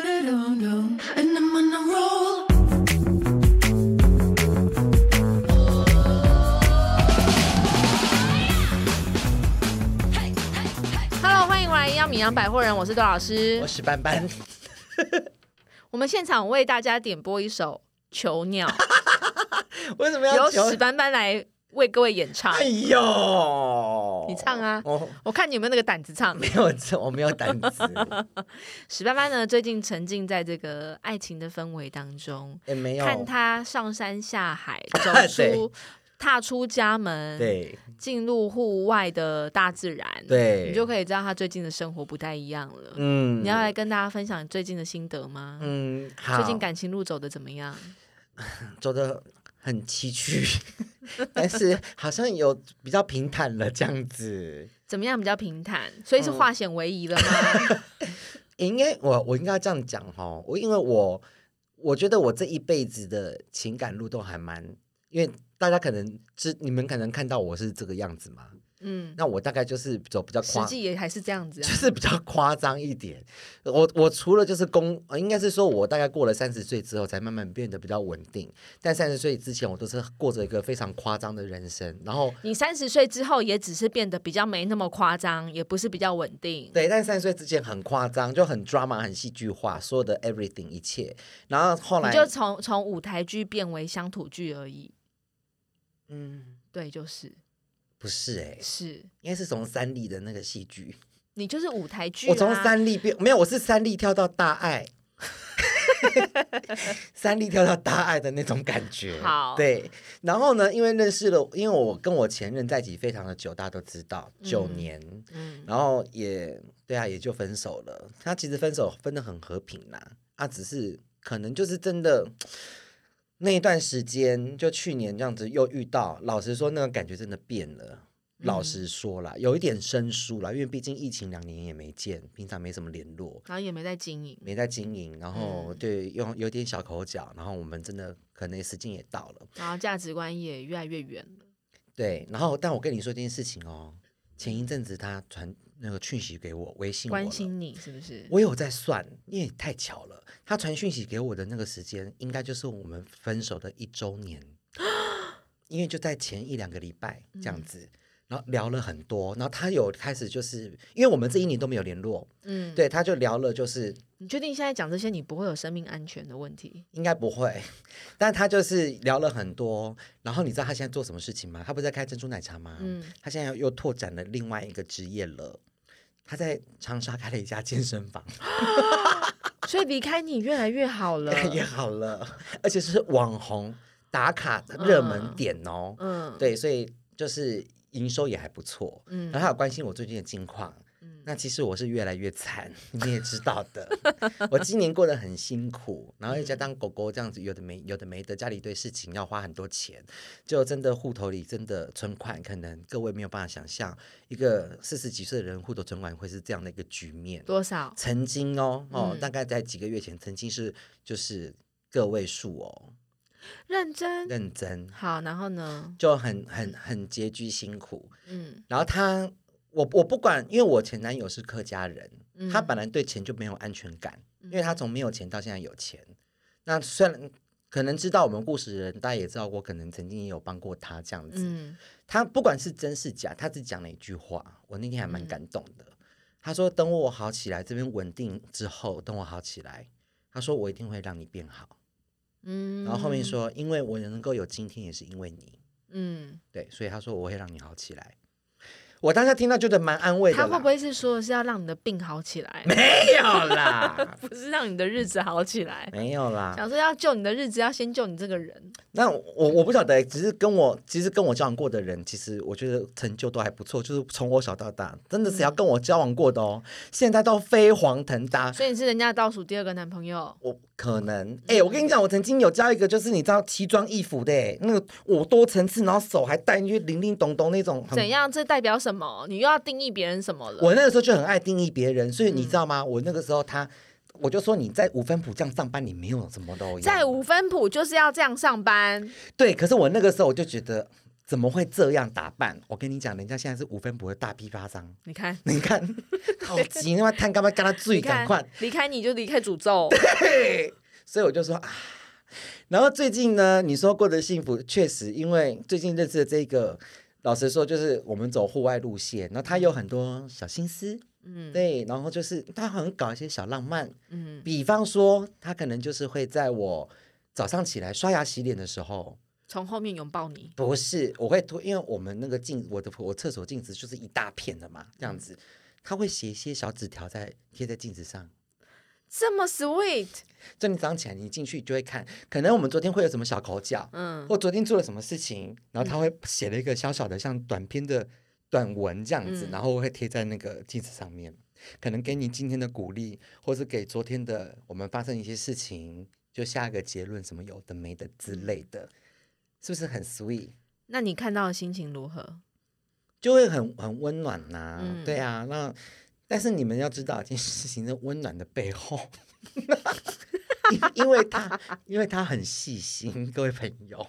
And I'm on a roll. 哈喽，欢迎回来《一样米阳百货人》，我是杜老师我。是斑斑， 我们现场为大家点播一首《囚 鸟》，为什么要由求史？斑斑来为各位演唱哎。呦，你唱啊我我看你有没有那个胆子唱没。有这，我没有 胆子，史斑斑呢，最近沉浸在这个爱情的氛围当中，也没有。看他上山下海，走 对出踏出家门，对进入户外的大自然，对，你就可以知道他最近的生活不太一样了。嗯，你要来跟大家分享最近的心得吗？嗯，好，最近感情路走的怎么样？走的很崎岖， 但是好像有比较平坦了这样子。怎么样比较平坦？所以嗯是化险为夷了吗？ 应该我我应该这样讲哦，我因为我我觉得我这一辈子的情感路都还蛮，因为大家可能知你们可能看到我是这个样子嘛，嗯，那我大概就是走比较实夸际也还是这样子、就啊。是比较夸张一点。我我除了就是工，呃应该是说我大概过了三十岁之后，才慢慢变得比较稳定。但三十岁之前，我都是过着一个非常夸张的人生。然后你三十岁之后，也只是变得比较没那么夸张，也不是比较稳定。对，但三十岁之前很夸张，就很 drama，很戏剧化，所有的 everything 一切。然后后来你就从从舞台剧变为乡土剧而已。嗯，对，就是不是哎、是，应该是从三立的那个戏剧，你就是舞台剧、啊。我从三立变没有，我是三立跳到大 爱。三立跳到大爱的那种感觉，好对。然后呢，因为认识了，因为我跟我前任在一起非常的久，大家都知道，九嗯年，嗯，然后也对啊，也就分手了。他其实分手分的很和平啦，啊，只是可能就是真的那一段时间，就去年这样子又遇到，老实说，那个感觉真的变了。老嗯实说啦，有一点生疏啦，因为毕竟疫情两年也没见，平常没什么联络，然后也没在经营。没在经营，然后嗯对用有点小口角，然后我们真的可能时间也到了，然后价值观也越来越远了。对，然后但我跟你说一件事情哦，前一阵子他传那个讯息给我，微信我了关心你是不是？我有在算，因为也太巧了，他传讯息给我的那个时间，应该就是我们分手的一周 年，因为就在前一两个礼拜这嗯样子，然后聊了很多，然后他有开始就是，因为我们这一年都没有联络，嗯，对，他就聊了，就是你确定现在讲这些，你不会有生命安全的问题？应该不会，但他就是聊了很多，然后你知道他现在做什么事情吗？他不是在开珍珠奶茶吗？嗯他现在又拓展了另外一个职业了。他在长沙开了一家健身房，所以离开你越来越好了。 也好了，而且是网红打卡热门点哦。嗯，对，所以就是营收也还不错。嗯然后他有关心我最近的近况。那其实我是越来越惨，你也知道的。 我今年过得很辛苦，然后又加嗯上狗狗这样子，有的没有的没的，家里一堆事情要花很多钱，就真的户头里真的存款，可能各位没有办法想象，一个嗯四十几岁的人户头存款会是这样的一个局面。哦多少？曾经哦哦，嗯大概在几个月前，曾经是就是个位数哦，认真。认真好，然后呢？就很很很拮据辛苦。嗯然后他，我我不管，因为我前男友是客家人，嗯他本来对钱就没有安全感，因为他从没有钱到现在有钱。那虽然可能知道我们故事的人，大家也知道我可能曾经也有帮过他这样子。嗯，他不管是真是假，他只讲了一句话，我那天还蛮嗯感动的。他说：“等我好起来，这边稳定之后，等我好起来。”他说：“我一定会让你变好。嗯，然后后面，说：“因为我能够有今天，也是因为你。嗯，”对，所以他说：“我会让你好起来。”我当下听到觉得蛮安慰的他啦。会不会是说的是要让你的病好起来，啊没有啦？ 不是让你的日子好起来？ 没有啦。想说要救你的日子，要先救你这个人。那我我不晓得，只是跟我其实跟我交往过的人，其实我觉得成就都还不错。就是从我小到大，真的只嗯要跟我交往过的哦，现在都飞黄腾达，所以你是人家倒数第二个男朋友，我可能，哎、嗯我跟你讲，我曾经有交一个，就是你知道奇装异服的、欸，那个我多层次，然后手还戴那些零零咚咚那种，很怎样？这代表什么？你又要定义别人什么了？我那个时候就很爱定义别人，所嗯以你知道吗？我那个时候他，我就说你在五分埔这样上班，你没有什么都一样哦在五分谱就是要这样上班，对，可是我那个时候我就觉得。怎么会这样打扮？我跟你讲，人家现在是五分不的大批发商，你看，你看， 好急，那么探干嘛干他你最看赶快，，离开你就离开诅咒，对，所以我就说啊。然后最近呢，你说过得幸福，确实，因为最近认识的这个，老实说，就是我们走户外路线，然后他有很多小心思，嗯对，然后就是他很搞一些小浪漫，嗯，比方说，他可能就是会在我早上起来刷牙洗脸的时候，从后面拥抱你，不是，我会突，因为我们那个镜，我的我厕所镜子就是一大片的嘛，这样子，他会写一些小纸条在贴在镜子上，这么 sweet，就你早上起来你进去就会看，可能我们昨天会有什么小口角，嗯或昨天做了什么事情，然后他会写了一个小小的像短篇的短文这样子，嗯然后会贴在那个镜子上面，可能给你今天的鼓励，或是给昨天的我们发生一些事情，就下一个结论什么有的没的之类嗯的，是不是很 sweet？那你看到的心情如何？就会很很温暖呐、嗯对啊，那但是你们要知道一件事情，在温暖的背后，因因为他因为他很细心，各位朋友，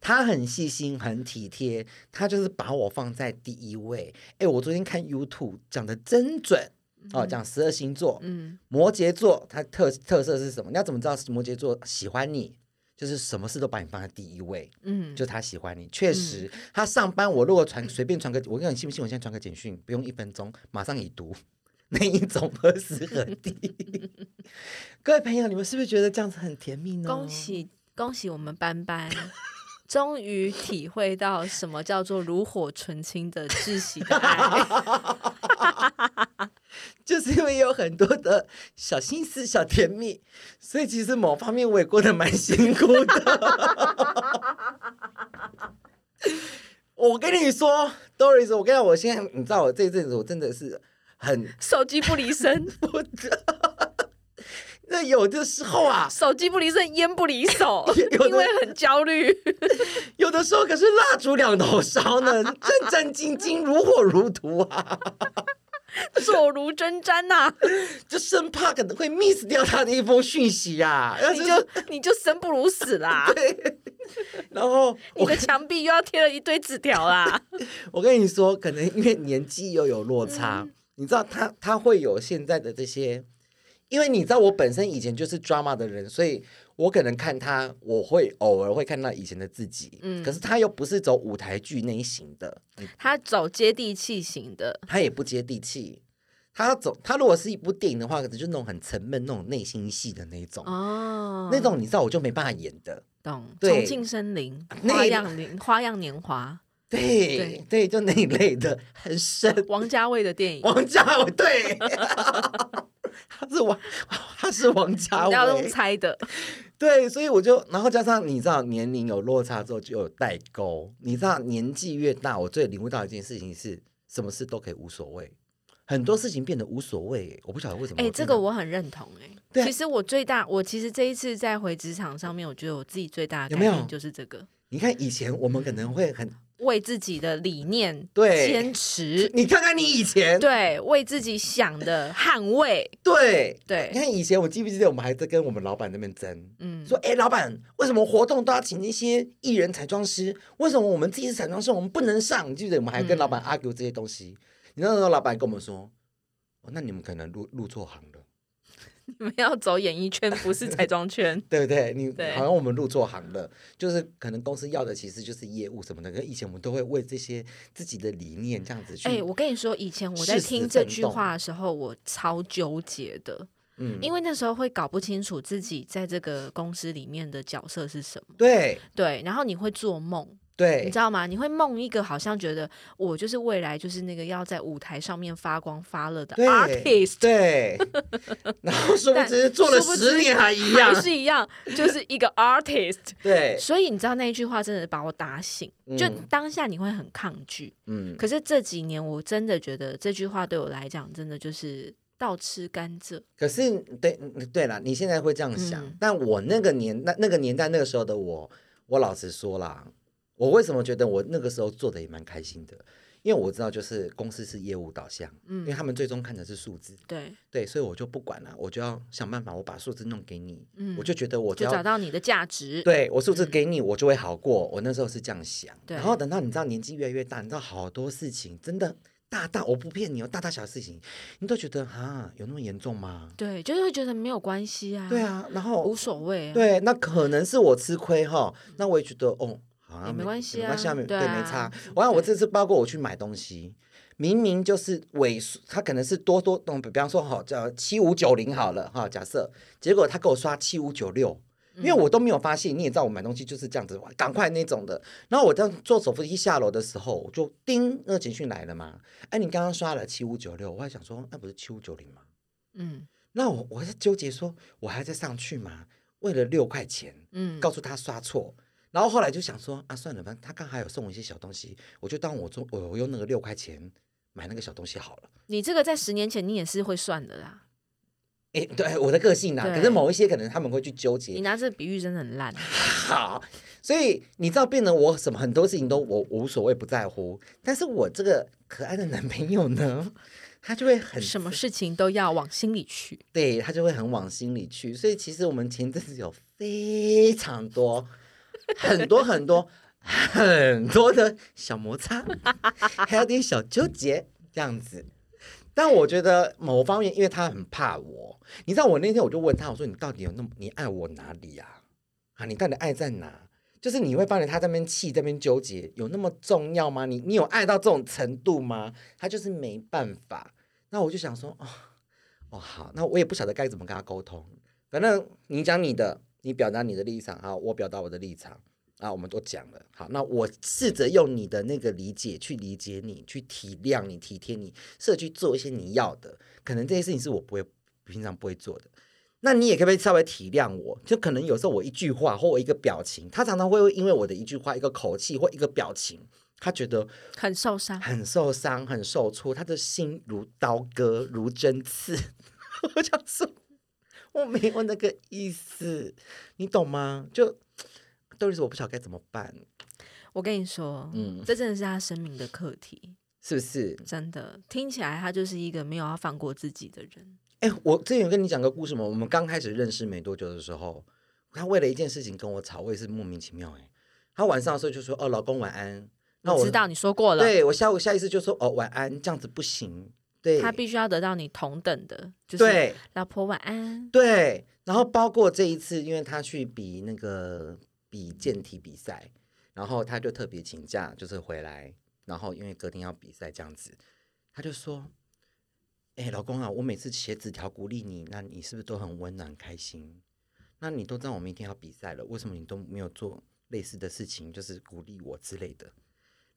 他很细心，很体贴，他就是把我放在第一位。哎，我昨天看 YouTube 讲的真准哦，讲十二星座，嗯摩羯座它特特色是什么？你要怎么知道摩羯座喜欢你？就是什么事都把你放在第一位。嗯，就他喜欢你，确实，他上班我如果传随便传个，我跟你信不信？我现在传个简讯，不用一分钟，马上已读，那一种何时何地？ 各位朋友，你们是不是觉得这样子很甜蜜呢？恭！喜恭喜我们班班。终于体会到什么叫做炉火纯青的窒息的 爱， 就是因为有很多的小心思、小甜蜜，所以其实某方面我也过得蛮辛苦的。 我跟你说，Doris，我跟你讲，我现在你知道，我这一阵子我真的是很手机不离身，不得。那有的时候啊，，手机不离身，烟不离手 有的因为很焦虑。有的时候可是蜡烛两头烧呢，战战兢兢，如火如荼 啊，坐如针毡 呐、就生怕可能会 miss 掉他的一封讯息啊。然后你就就你就生不如死 啦！然后你我的墙壁又要贴了一堆纸条 啦。我跟你说，可能因为年纪又有落差，嗯你知道他他会有现在的这些，因为你知道我本身以前就是 drama 的人，所以我可能看他，我会偶尔会看到以前的自己，嗯可是他又不是走舞台剧那一型的，他走接地气型的，他也不接地气。他走，他如果是一部电影的话，可能就是那种很沉闷、那种内心戏的那一种，哦，那种你知道我就没办法演的。懂对重庆森林、那花样年花样年 华，对对就那一类的，很深。王家卫的电影，王家卫，对， 他是王，他是王家你要用卫，猜的，对，所以我就，然后加上你知道年龄有落差之后就有代沟，你知道年纪越大，我最领悟到一件事情是什么事都可以无所谓，很多事情变得无所谓，我不晓得为什么。哎、这真个的我很认同、对哎，啊其实我最大，我其实这一次在回职场上面，我觉得我自己最大的有改没有变就是这个，你看以前我们可能会很，为自己的理念对坚持，你看看你以前，对，为自己想的捍卫，对对你看以前我记不记得我们还在跟我们老板那边争，嗯， 说哎，诶老板为什么活动都要请一些艺人彩妆师？为什么我们自己是彩妆师我们不能上？你记不记得我们还跟嗯老板 argue 这些东西？你那时候老板跟我们说，哦，那你们可能入入错行了。你们要走演艺圈，不是彩妆 。圈对不对？你对好像我们入错行了，就是可能公司要的其实就是业务什么的。跟以前我们都会为这些自己的理念这样子去，哎、我跟你说，以前我在誓死听这奋句斗话的时候，我超纠结的，嗯，因为那时候会搞不清楚自己在这个公司里面的角色是什么。对对，然后你会做梦，你对知道吗？你会梦一个好像觉得我就是未来就是那个要在舞台上面发光发热的对 artist，对，然后殊不但知做了殊不十知年还 一样还，是一样，就是一个 artist。 对，所以你知道那一句话真的把我打醒，就嗯当下你会很抗拒，嗯，可是这几年，我真的觉得这句话对我来讲，真的就是倒吃甘蔗。可是，对嗯对啦，你现在会这样想，嗯但我那个年那那个年代那个时候的我，我老实说啦，我为什么觉得我那个时候做的也蛮开心的？因为我知道就是公司是业务导向，因为嗯，他们最终看的是数字，对，对，所以我就不管了，我就要想办法，我把数字弄给你，嗯我就觉得我只就找要。到你的价值。，对我数字给你，我就会好过。我那时候是这样想，对然后等到你知道年纪越来越大，你知道好多事情真的大大，我不骗你哦，大大小小事情，你都觉得啊，有那么严重吗？对，就是会觉得没有关系啊，对，啊，然后无所谓啊，对，那可能是我吃亏哈，那我也觉得哦，好也像没关系没关系啊没对对啊没差。我想我这次包括我去买东西，明明就是尾数，他可能是多多，嗯比方说好叫七五九零好了哈，假设，结果他给我刷七五九六。因为嗯我都没有发现，你也知道我买东西就是这样子，赶快那种的。然后我当坐手扶梯下楼的时候，我就叮，那个简讯来了嘛。哎，你刚刚刷了七五九六，我还想说，那不是七五九零吗？嗯那我我在纠结说，我还要再上去吗？为了六块钱，嗯，告诉他刷错。然后后来就想说啊，算了，反正他刚好有送我一些小东西，我就当我中我用那个六块钱买那个小东西好了。你这个在十年前你也是会算的啦，诶，对，我的个性啊，对可是某一些可能他们会去纠你结。拿这个比喻真的很烂。啊好，所以你知道，变得我什么很多事情都我我无所谓不在乎，但是我这个可爱的男朋友呢，他就会很什么事情都要往心里去，对他就会很往心里去。所以其实我们前阵子有非常多、很多很多、很多的小摩擦，还有点小纠结这样子。但我觉得某方面，因为他很怕我，你知道，我那天我就问他，我说你到底有那么你爱我哪里呀、啊？啊，你到底爱在哪？就是你会发现他在那边气，在那边纠结，有那么重要吗？你你有爱到这种程度吗？他就是没办法。那我就想说，哦，哦，好，那我也不晓得该怎么跟他沟通。反正你讲你的，你表达你的立场，好，我表达我的立场，啊，我们都讲了。好，那我试着用你的那个理解去理解你，去体谅你、体贴你，试着去做一些你要的。可能这些事情是我不会平常不会做的。那你也可不可以稍微体谅我？就可能有时候我一句话或我一个表情，他常常会因为我的一句话、一个口气或一个表情，他觉得很受 伤。很受伤、很受挫，他的心如刀割、如针刺。 我想说，我没有那个意思，你懂吗？就豆丽说，我不晓得该怎么办，我跟你说，嗯这真的是他生命的课题，是不是？真的听起来他就是一个没有要放过自己的人。哎，我之前有跟你讲个故事嘛，我们刚开始认识没多久的时候，他为了一件事情跟我吵，我也是莫名其妙哎、他晚上的时候就说：“哦，老公晚安。”那我知道你说过了，对我下午下意识就说：“哦，晚安。”这样子不行，对，他必须要得到你同等的，就是对。老婆晚安。对，然后包括这一次，因为他去比那个比健体比赛，然后他就特别请假，就是回来，然后因为隔天要比赛这样子，他就说：“哎、老公啊，我每次写纸条鼓励你，那你是不是都很温暖开心？那你都知道我明天要比赛了，为什么你都没有做类似的事情，就是鼓励我之类的？”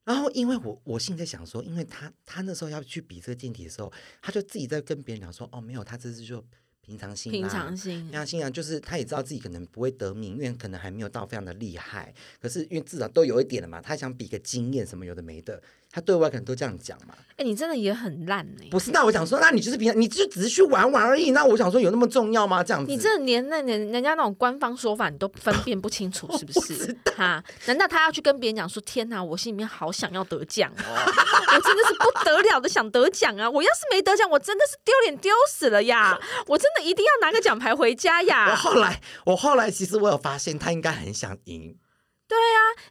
然后，因为我我现在想说，因为他他那时候要去比这个健体的时候，他就自己在跟别人讲说：“哦，没有，他这次就平常心、啊，平常心那心啊，就是他也知道自己可能不会得名，因为可能还没有到非常的厉害，可是因为至少都有一点了嘛，他想比个经验什么有的没的，他对外可能都这样讲嘛。哎、你真的也很烂哎、不是，那我想说，那你就是平常，你就只是去玩玩而已，那我想说有那么重要吗？这样子，你这连那人人家那种官方说法你都分辨不清 楚，是不是？哈，难道他要去跟别人讲说：“天哪，我心里面好想要得奖哦， 我真的是不得了的想得奖啊！我要是没得奖，我真的是丢脸丢死了呀！我真的一定要拿个奖牌回家我呀后来，我后来其实我有发现，他应该很想赢，！”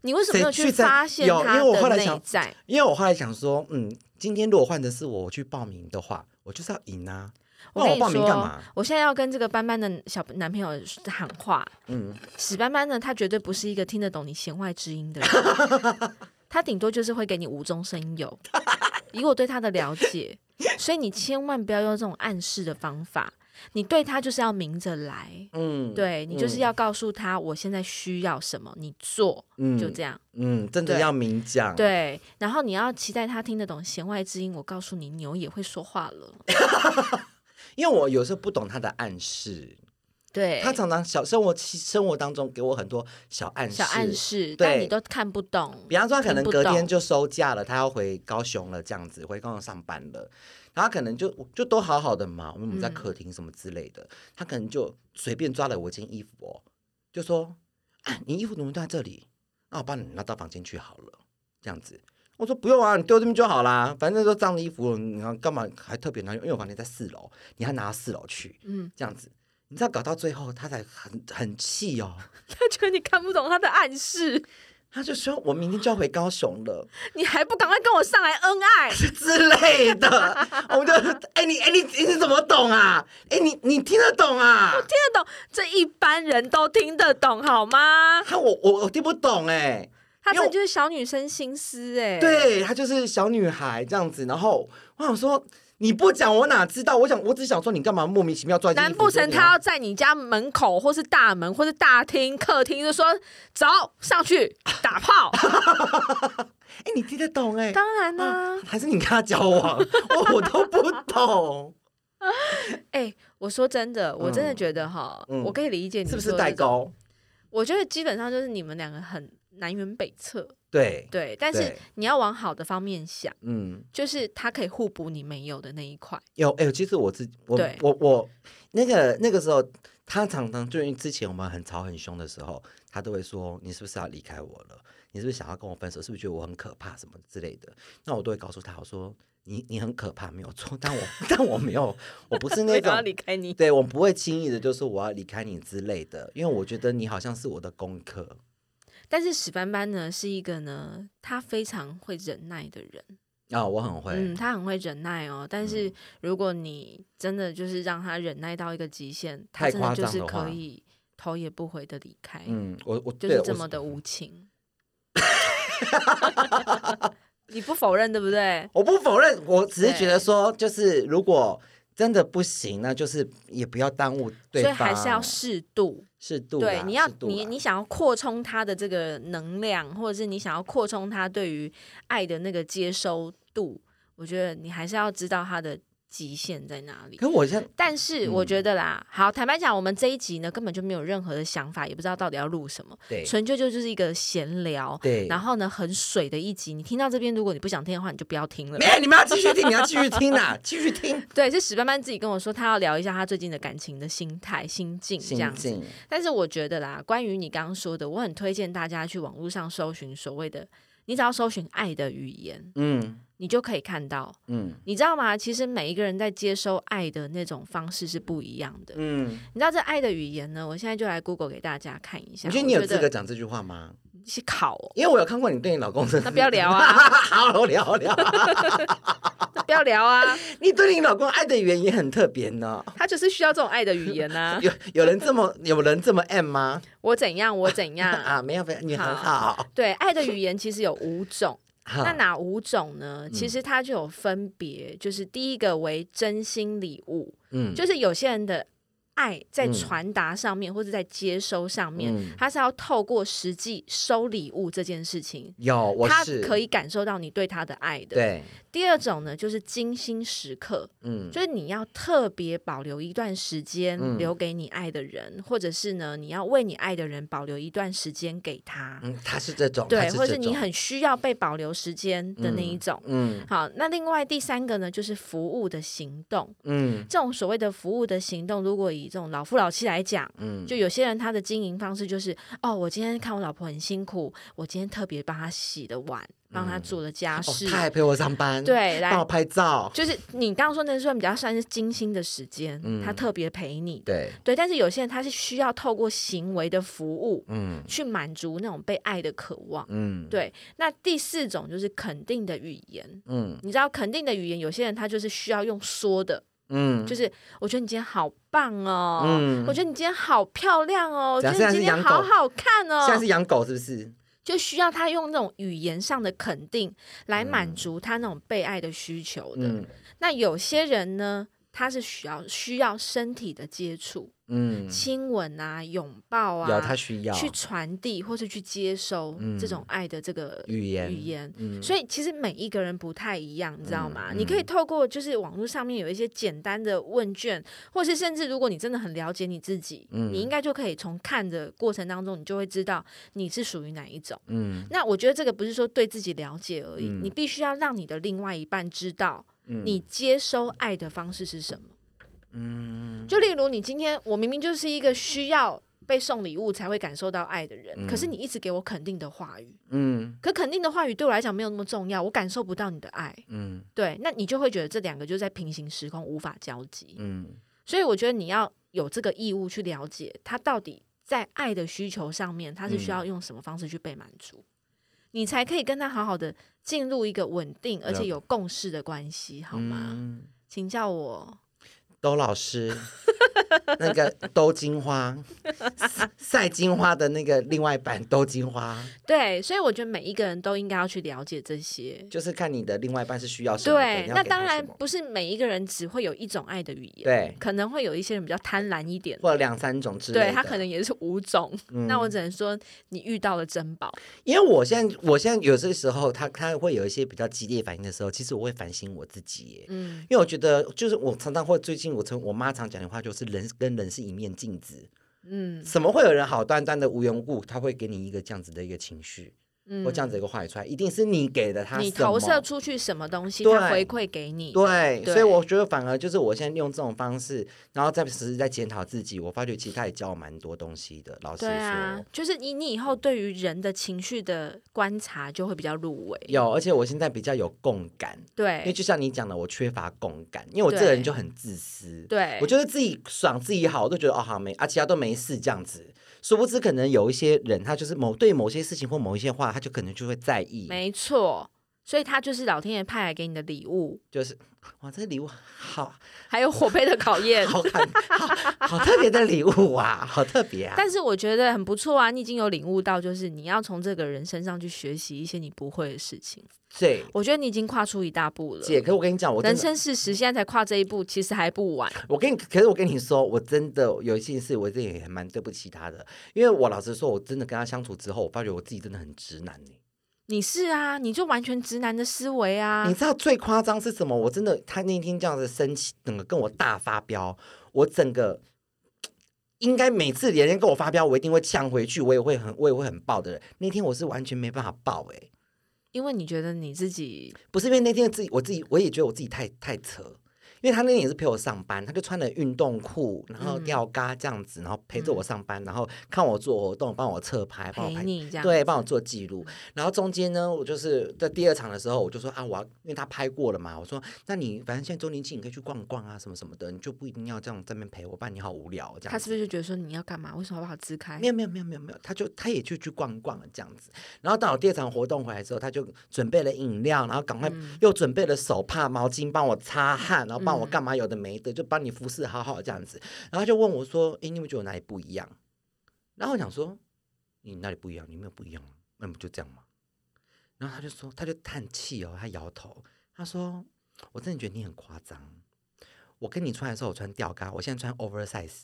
你为什么没有谁去去在发现有他因为我后的来内想在？因为我后来想说，嗯，今天如果换的是我，我去报名的话，我就是要赢啊，我那跟我你报名干说嘛？，我现在要跟这个班班的小男朋友喊话。嗯，史班班呢，他绝对不是一个听得懂你弦外之音的人， 他顶多就是会给你无中生有。以我对他的了解，所以你千万不要用这种暗示的方法，你对他就是要明着来，嗯，对你就是嗯要告诉他我现在需要什么，你做，嗯就这样。嗯，真的对要明讲，，对，然后你要期待他听得懂弦外之音。我告诉你，牛也会说话了。因为我有时候不懂他的暗示，对，他常常小生活其生活当中给我很多小暗示，小暗示，对但你都看不懂。比方说，他可能听不隔懂天就收假了，他要回高雄了，这样子回高雄上班了，然后他可能就就都好好的嘛，我们在嗯客厅什么之类的，他可能就随便抓了我一件衣服哦，就说：“啊，你衣服怎么都在这里？那我帮你拿到房间去好了。”这样子，我说不用啊，你丢这边就好啦，反正都脏的衣服，你要干嘛还特别拿去？因为我房间在四楼，你还拿到四楼去，嗯，这样子，你知道搞到最后他才很很气哦，他觉得你看不懂他的暗示，他就说我明天就要回高雄了 你还不赶快跟我上来恩爱？之类的，我们就哎、你哎、你你怎么懂啊？哎、你你听得懂啊？听得懂，这一般人都听得懂好吗？他我我我听不懂哎、他因为这我就是小女生心思哎、，对啊她就是小女孩这样子。然后我想说，你不讲我哪知道？我想我只想说，你干嘛莫名其妙拽进？难不成他要？在你家门口，或是大门，或是大厅、客厅，就说走上去打 炮？哎，你听得懂哎、当然啊啦、 还是你跟他交往？ 我我都不懂，哎、我说真的，我真的嗯觉得哈，嗯我可以理 解你是不是说代这种？沟？我觉得基本上就是你们两个很南辕北辙，对，对。但是对你要往好的方面想，嗯，就是他可以互补你没有的那一块。有哎、其实我自我对我我那个那个时候，他常常就是之前我们很吵很凶的时候，他都会说你是不是要离开我了？你是不是想要跟我分手？是不是觉得我很可怕什么之类的？那我都会告诉他，我说你你很可怕没有错，但我但我没有，我不是 我那想要种离开你，对我不会轻易的就说我要离开你之类的，因为我觉得你好像是我的功课。但是史斑斑呢是一个呢，他非常会忍耐的人，啊、我很会，嗯嗯，他很会忍耐哦。但是如果你真的就是让他忍耐到一个极限，他太真的夸就张是的话可以头也不回的离开，嗯，我我就对是我这么的 无情。 你不否认对不对？我不否认，我只是觉得对说，就是如果真的不行，那就是也不要耽误对所以方，还是要适度。适度啦。对，你要适度啦你你想要扩充他的这个能量，或者是你想要扩充他对于爱的那个接收度，我觉得你还是要知道他的极限在哪里。可我现在但是我嗯觉得啦，好坦白讲，我们这一集呢根本就没有任何的想法，也不知道到底要录什么，对纯粹就就是一个闲聊。对，然后呢，很水的一集，你听到这边，如果你不想听的话，你就不要听了没。有你们要继续听，你要继续听 啦，继续听。对，是史班班自己跟我说，他要聊一下他最近的感情的心态、心境这心样子。境，但是我觉得啦，关于你刚刚说的，我很推荐大家去网络上搜寻所谓的，你只要搜寻爱的语言，嗯你就可以看到，嗯你知道吗？其实每一个人在接收爱的那种方式是不一样的。嗯，你知道这爱的语言呢？我现在就来 Google 给大家看一下。你觉得我你有资格讲这句话吗？去考、哦？ 因为我有看过你对你老公的，那不要聊啊， 好，我聊我聊。不要聊啊，你对你老公爱的语言也很特别 呢。他就是需要这种爱的语言呐、 啊。有有人这么有人这么爱吗？我怎样，我怎 样。啊，没有没有，你很好好。对，爱的语言其实有五种， 好那哪五种呢？其嗯实它就有分别，就是第一个为真心礼物，嗯就是有些人的爱在嗯传达上面、或者在接收上面，嗯他是要透过实际收礼物这件事情，有，我他是可以感受到你对他的爱的。对，第二种呢，就是精心时刻，嗯，就是你要特别保留一段时间嗯留给你爱的人，或者是呢，你要为你爱的人保留一段时间给他。嗯，他是这种，对他，或这是你种很需要被保留时间的那一种。嗯好，那另外第三个呢，就是服务的行动。嗯这种所谓的服务的行动，如果以这种老夫老妻来讲，嗯，就有些人他的经营方式就是，哦，我今天看我老婆很辛苦，我今天特别帮她洗了碗，帮她做了家哦事，他还陪我上班，，对，帮来我，拍照，就是你刚刚说那算比较算是精心的时间，嗯他特别陪你，对，对，但是有些人他是需要透过行为的服务嗯去满足那种被爱的渴望。嗯，，对，那第四种就是肯定的语言。嗯你知道肯定的语言，有些人他就是需要用说的，嗯，就是是我觉得你今天好棒哦，嗯我觉得你今天好漂亮哦，我怎觉得样你今现在天是养好狗好看现在哦是，养狗是不是？就需要他用那种语言上的肯定来满足他那种被爱的需求的。嗯那有些人呢，他是需要需要身体的接触，嗯，亲吻啊、拥抱啊，有他需要嗯去传递或是去接收这种爱的这个语言语言。嗯所以其实每一个人不太一样，你知道吗？嗯你可以透过就是网络上面有一些简单的问卷，或是甚至如果你真的很了解你自己，嗯你应该就可以从看的过程当中，你就会知道你是属于哪一种。嗯那我觉得这个不是说对自己了解而已，嗯你必须要让你的另外一半知道嗯你接收爱的方式是什么。嗯就例如你今天，我明明就是一个需要被送礼物才会感受到爱的人，可是你一直给我肯定的话语，嗯可肯定的话语对我来讲没有那么重要，我感受不到你的爱。嗯对，那你就会觉得这两个就在平行时空无法交集。嗯所以我觉得你要有这个义务去了解他到底在爱的需求上面，他是需嗯要用什么方式去被满足，你才可以跟他好好的进入一个稳定而且有共识的关系，好吗？嗯请叫我兜老师，那个 兜 金花，赛赛金花的那个另外版兜金花，对，所以我觉得每一个人都应该要去了解这些。就是看你的另外一半是需要什么的。对你，要那给他当什然么不是每一个人只会有一种爱的语言，对可能会有一些人比较贪婪一点，或者两三种之类的。嗯对他可能也是五种。那我只能说你遇到了珍宝，因为我现在，我现在有些时候，他他会有一些比较激烈反应的时候，其实我会反省我自己耶。嗯，因为我觉得，就是我常常会最近我从我妈常讲的话，就是人跟人是一面镜子，嗯怎么会有人好端端的无缘无故他会给你一个这样子的一个情绪，嗯，或这样子一个话语出来，一定是你给了他你什么投射出去什么东西，对它回馈给你。对，啊对所以我觉得反而就是我现在用这种方式，然后再实时在检讨自己，我发觉其实他也教我蛮多东西的。老实对说，啊，就是你你以后对于人的情绪的观察就会比较入围。有，而且我现在比较有共感，因为对就像你讲的，我缺乏共感，因为我这个对人就很自私。对，我觉得自己爽自己好，我都觉得哦好没啊，其他都没事这样子。殊不知，可能有一些人，他就是某对某些事情或某一些话，他就可能就会在意。没错。所以它就是老天爷派来给你的礼物，就是哇，这礼物好还有火杯的考验。好看，好好特别的礼物啊，好特别啊。但是我觉得很不错啊，你已经有领悟到，就是你要从这个人身上去学习一些你不会的事情。对，我觉得你已经跨出一大步了，姐，可是我跟你讲，我真人的生四十，现在才跨这一步，其实还不晚。我跟你，可是我跟你说，我真的有一件事，我真的也蛮对不起他的，因为我老实说，我真的跟他相处之后，我发觉我自己真的很直男欸呢、你是啊，你就完全直男的思维啊。你知道最夸张是什么？我真的，他那天这样子生气，整个跟我大发飙，我整个。应该每次连连跟我发飙，我一定会呛回去，我也会很，我也会很爆的人。那天我是完全没办法爆哎、因为你觉得你自己不是因为那天自己，我自己我也觉得我自己太太扯，因为他那天也是陪我上班，他就穿了运动裤，然嗯后吊嘎这样子，然后陪着我上班，然后看我做活动，帮我侧拍，帮我陪拍。你这样，对，帮我做记录。然后中间呢，我就是在第二场的时候，我就说啊，我要因为他拍过了嘛，我说那你反正现在周年庆你可以去逛逛啊，什么什么的，你就不一定要这样在那边陪我，不然你好无聊这样他子。是不是就觉得说你要干嘛？为什么要把我支开没？有没有没有没有没有，他就他也就去逛逛了这样子。然后到我第二场活动回来之后，他就准备了饮料，然后赶快又准备了手帕、毛巾帮我擦汗，然后帮我干嘛有的没的，就帮你服侍好好这样子。然后就问我说：“诶，你有没有觉得我哪里不一样？”然后我想说：“你哪里不一样？你没有不一样啊，那不就这样吗？”然后他就说，他就叹气哦，他摇头，他说：“我真的觉得你很夸张。我跟你穿的时候，我穿吊嘎，我现在穿 oversize。”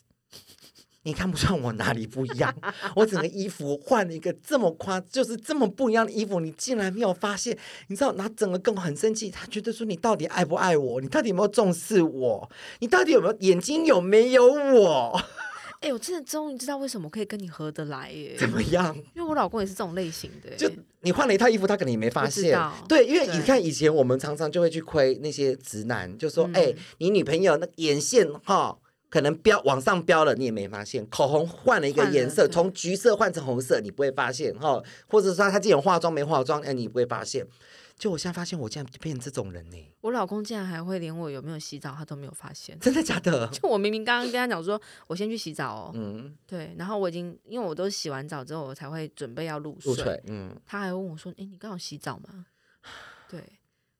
你看不出来我哪里不一样？我整个衣服换了一个这么夸，就是这么不一样的衣服，你竟然没有发现？你知道，然后整个跟我很生气，他觉得说你到底爱不爱我？你到底有没有重视我？你到底有没有眼睛有没有我？ 哎、我真的终于知道为什么可以跟你合得来耶，怎么样？因为我老公也是这种类型的耶，就你换了一套衣服，他可能也没发不知现道。对，因为对你看以前我们常常就会去亏那些直男，就说：“嗯哎、你女朋友那眼线哈，可能标往上标了，你也没发现。口红换了一个换了颜色，对从橘色换成红色，你不会发现哈。或者说她今天有化妆没化妆，哎、你不会发现。就我现在发现，我竟然变成这种人呢、我老公竟然还会连我有没有洗澡他都没有发现。 真的假的？就我明明刚刚跟他讲说，我先去洗澡哦，嗯，对，然后我已经因为我都洗完澡之后，我才会准备要入睡。入水，嗯，他还问我说：“哎、你刚好洗澡吗？”对，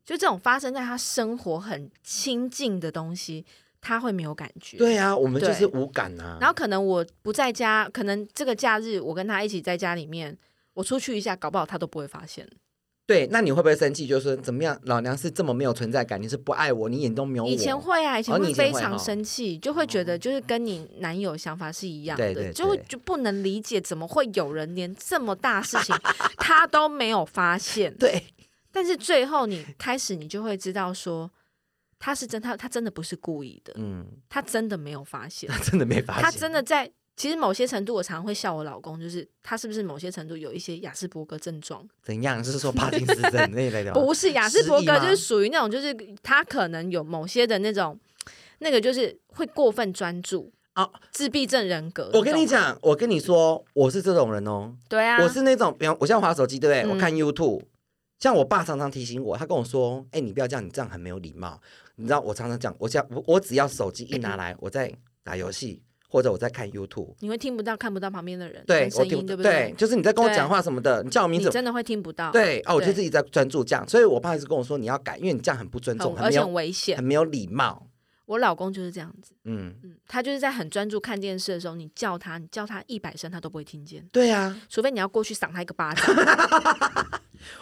就这种发生在他生活很亲近的东西，他会没有感觉。对啊，我们就对是无感啊。然后可能我不在家，可能这个假日我跟他一起在家里面，我出去一下，搞不好他都不会发现，对，那你会不会生气？就是说怎么样，老娘是这么没有存在感，你是不爱我，你眼中没有我。以前会啊，以前哦你会以前非会哈哦常生气，就会觉得就是跟你男友想法是一样的，对对就会对就不能理解怎么会有人连这么大事情 他都没有发现。对，但是最后你开始你就会知道说，他是真他他真的不是故意的，嗯。他真的没有发现，他真的 没发现，他真的在。其实某些程度，我常会笑我老公，就是他是不是某些程度有一些雅斯伯格症状？怎样？是说帕金斯症那一类的吗？ 不是雅斯伯啊失忆格，吗就是属于那种，就是他可能有某些的那种，那个就是会过分专注，啊，自闭症人格。我跟你懂吗，讲，我跟你说，我是这种人哦，对啊，我是那种，比方我现在滑手机，对不嗯对？我看 YouTube，像我爸常常提醒我，他跟我说：“哎、你不要这样，你这样很没有礼貌。”你知道，我常常讲，我像我我只要手机一嗯拿来，我在打游戏或者我在看 YouTube，你会听不到、看不到旁边的人，对跟我声听音不对不对，？就是你在跟我对讲话什么的，你叫我名你字，真的会听不到，，对哦，我就对自己在专注这样，所以我爸一直跟我说：“你要改，因为你这样很不尊重，很很而没且很有危很险。没有礼貌。我老公就是这样子，”嗯，嗯，他就是在很专注看电视的时候，你叫他，你叫他一百声，他都不会听见。对啊，除非你要过去赏他一个巴掌，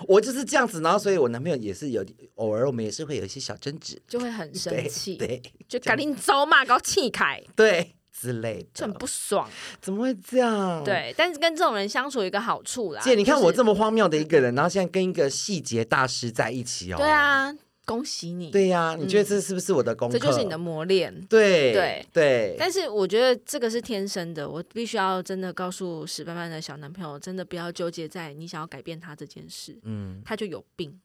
我就是这样子，然后所以我男朋友也是有偶尔我们也是会有一些小争执，就会 很生对气，对就赶紧招骂，搞气开，对之类就的嗯很，不爽。怎么会这样？。对，但是跟这种人相处有一个好处啦，姐，你看就是我这么荒谬的一个人，然后现在跟一个细节大师在一起哦。对，啊，恭喜你，对呀、你觉得这是不是我的功课？这就是你的磨练。对对对但是我觉得这个是天生的，我必须要真的告诉史班班的小男朋友，真的不要纠结在你想要改变他这件事，嗯，他就有病。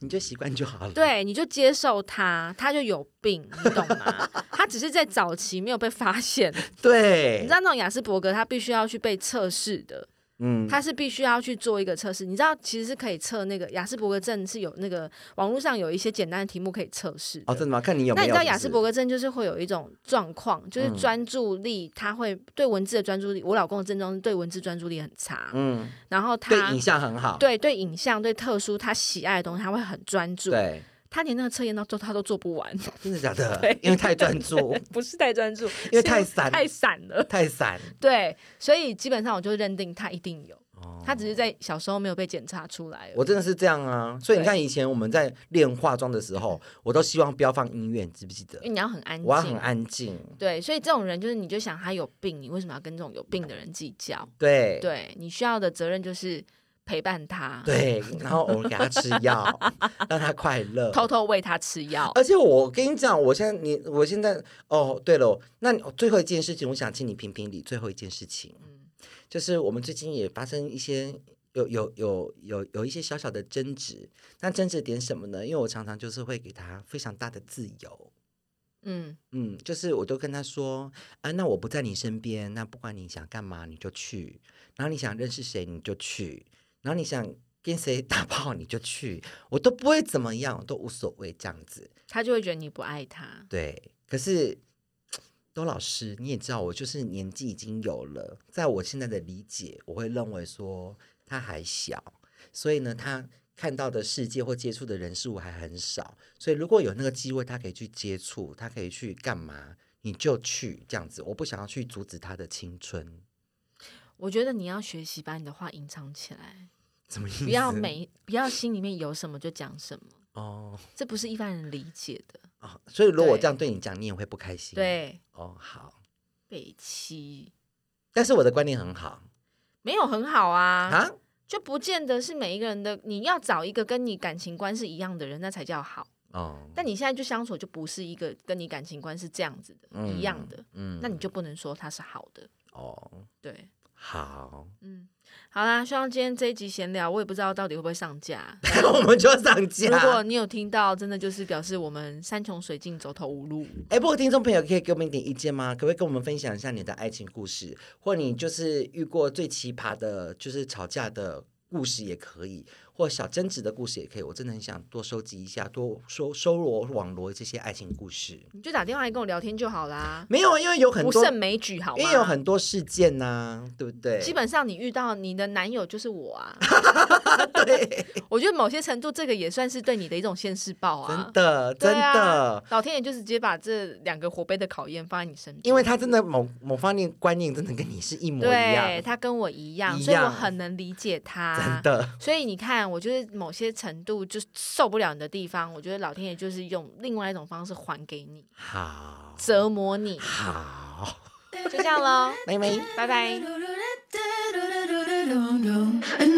你就习惯就好了。，对，你就接受他，他就有病，你懂吗？他只是在早期没有被发现， 对，你知道那种雅斯伯格，他必须要去被测试的，嗯，他是必须要去做一个测试。你知道，其实是可以测那个雅斯伯格症，是有那个网络上有一些简单的题目可以测试的哦，真的吗？看你有没那你有。知道雅斯伯格？格症就是会有一种状况，就是嗯专注力，他会对文字的专注力，我老公的症状是对文字专注力很差，嗯，然后对他影像很好。对对影像、对特殊他喜爱的东西，他会很专注，对，他连那个测验到做他都做不完，真的假的对？因为太专注，不是太专注，因为是太散，太散了， 太散。对，所以基本上我就认定他一定有，哦他只是在小时候没有被检查出来而已。我真的是这样啊，所以你看以前我们在练化妆的时候，我都希望不要放音乐，你记不记得因？为你要很安我要很静，啊安静。对，所以这种人就是你就想他有病，你为什么要跟这种有病的人计较？对对你需要的责任就是陪伴他，，对，然后偶尔给他吃 药，让他快乐。偷偷喂他吃药。而且我跟你讲，我现在你我现在哦，对了，那你最后一件事情，我想请你评评理。最后一件事情，嗯就是我们最近也发生一些有有有有有一些小小的争执。那争执点什么呢？因为我常常就是会给他非常大的自由。嗯，嗯，就是我都跟他说，啊，那我不在你身边，那不管你想干嘛你就去，然后你想认识谁你就去，然后你想跟谁打炮你就去，我都不会怎么样，都无所谓这样子。他就会觉得你不爱他。对，可是都老师你也知道，我就是年纪已经有了，在我现在的理解，我会认为说他还小，所以呢，他看到的世界或接触的人事物还很少，所以如果有那个机会，他可以去接触，他可以去干嘛，你就去这样子。我不想要去阻止他的青春，我觉得你要学习把你的话隐藏起来，怎么意思？不要每不要心里面有什么就讲什么， 哦这不是一般人理解的。哦，所以如果我对这样对你讲，你也会不开心。，对，哦好，北七但是我的观念很好没有很好啊，啊，就不见得是每一个人的。你要找一个跟你感情观是一样的人，那才叫好。哦，但你现在就相处就不是一个跟你感情观是这样子的、一样的，，嗯那你就不能说他是好的。哦。对，好，嗯，好啦，希望今天这一集闲聊，我也不知道到底会不会上架。 我们就上架。如果你有听到，真的就是表示我们山穷水尽，走投无路。哎，不过听众朋友可以给我们一点意见吗？可不可以跟我们分享一下你的爱情故事，或你就是遇过最奇葩的，就是吵架的故事也可以，或小争执的故事也可以。我真的很想多收集一下，多收收罗网罗这些爱情故事。你就打电话来跟我聊天就好啦，没有，啊，因为有很嗯不多，胜枚举，好吗？因为有很多事件呐、对不对？基本上你遇到你的男友就是我 啊。我觉得某些程度这个也算是对你的一种现世报啊。真的，对真啊的。老天爷就直接把这两个火杯的考验放在你身边，因为他真的某某方面观念真的跟你是一模一对样，他跟我一样，一所以我样很能理解他。真的。所以你看，我就是某些程度就是受不了你的地方，我觉得老天爷就是用另外一种方式还给你，好，折磨你，好，就这样喽，妹妹。拜拜。 And